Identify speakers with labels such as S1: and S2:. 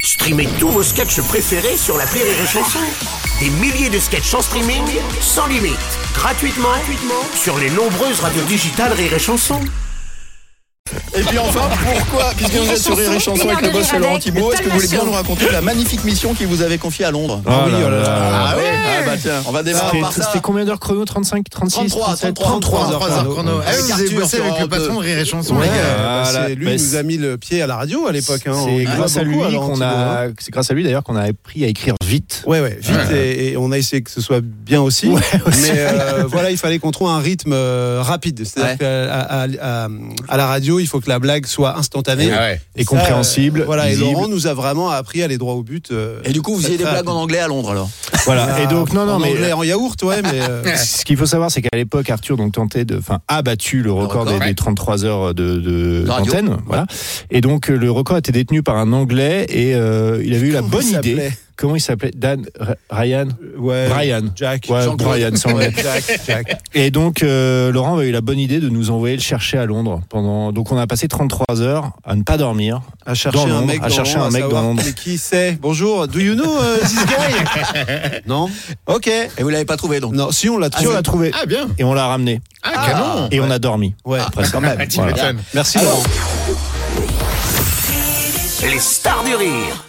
S1: Streamez tous vos sketchs préférés sur la Rire et Chanson. Des milliers de sketchs en streaming, sans limite, gratuitement, gratuitement sur les nombreuses radios digitales Rire et Chanson.
S2: Et puis enfin, pourquoi, puisque vous êtes sur Rire et Chanson avec le boss Laurent Thibault, est-ce que vous voulez bien nous raconter la magnifique mission qu'il vous avait confiée à Londres
S3: Ah oui, oh là là.
S2: Ah oui Ah bah tiens, on va démarrer
S3: C'était
S2: par ça.
S3: c'était combien d'heures chrono 35, 36
S2: 33,
S3: 37,
S2: 33,
S3: 33 heures
S4: 3 heures chrono. Ah,
S2: Avec
S4: vous avez
S2: Arthur
S4: bossé
S2: sur
S4: avec le
S2: Europe
S4: patron de Rire et Chanson,
S3: Ouais,
S4: les gars.
S3: euh,
S5: Ah,
S3: bah,
S5: c'est-
S3: bah,
S5: lui nous a mis le pied à la radio à l'époque. hein. On
S3: C'est
S5: doit
S3: grâce à lui
S5: beaucoup Laurent
S3: qu'on
S5: Thibault, hein.
S3: a. C'est grâce à lui d'ailleurs qu'on a appris à écrire vite.
S5: Ouais, ouais, vite, Et, et on a essayé que ce soit bien aussi. Mais euh, voilà, il fallait qu'on trouve un rythme euh, rapide. C'est-à-dire
S2: Ouais.
S5: qu'à à- à- à- à la radio, il faut que la blague soit instantanée.
S4: Ah ouais.
S3: Et
S5: Ça,
S3: compréhensible.
S5: euh, voilà, et
S3: lisible.
S5: Laurent nous a vraiment appris à aller droit au but. euh,
S2: Et du coup, vous
S5: très,
S2: avez des
S5: très
S2: blagues en
S5: rapide.
S2: anglais à Londres alors
S3: Voilà. Et
S5: Ah,
S3: donc, non, non,
S5: en
S3: mais.
S5: anglais, en yaourt, ouais, mais. euh,
S3: Ce qu'il faut savoir, c'est qu'à l'époque, Arthur donc tentait de, enfin, a battu le record,
S2: record,
S3: des,
S4: ouais.
S3: des 33 heures de, de-
S2: De radio.
S3: d'antenne, voilà. Et donc euh, le record était détenu par un Anglais et euh, il avait eu la
S5: Comment
S3: bonne
S5: il
S3: idée.
S5: s'appelait
S3: Comment il s'appelait Dan R- Ryan
S5: ouais,
S3: Brian.
S5: Jack.
S3: Ouais,
S2: Jean-Claude.
S3: Brian, c'est anglais. Et donc euh, Laurent avait eu la bonne idée de nous envoyer le chercher à Londres pendant. Donc on a passé 33 heures à ne pas dormir.
S5: À chercher
S3: Dans
S5: un
S3: Londres,
S5: mec
S3: à
S5: dans
S3: chercher
S5: Londres,
S3: un mec dans
S5: savoir
S3: Londres.
S5: qui- Qui c'est Bonjour, do you know euh, this guy Non Ok.
S2: Et vous l'avez pas trouvé donc
S5: Non, si on l'a
S3: Si on
S5: trouvé.
S3: l'a trouvé
S4: Ah bien.
S3: et on l'a ramené
S4: Ah, canon.
S3: et on a dormi.
S5: Ouais,
S3: Presque.
S4: Ah, tu
S3: Voilà.
S4: m'étonnes.
S5: Merci Laurent.
S1: Les stars du rire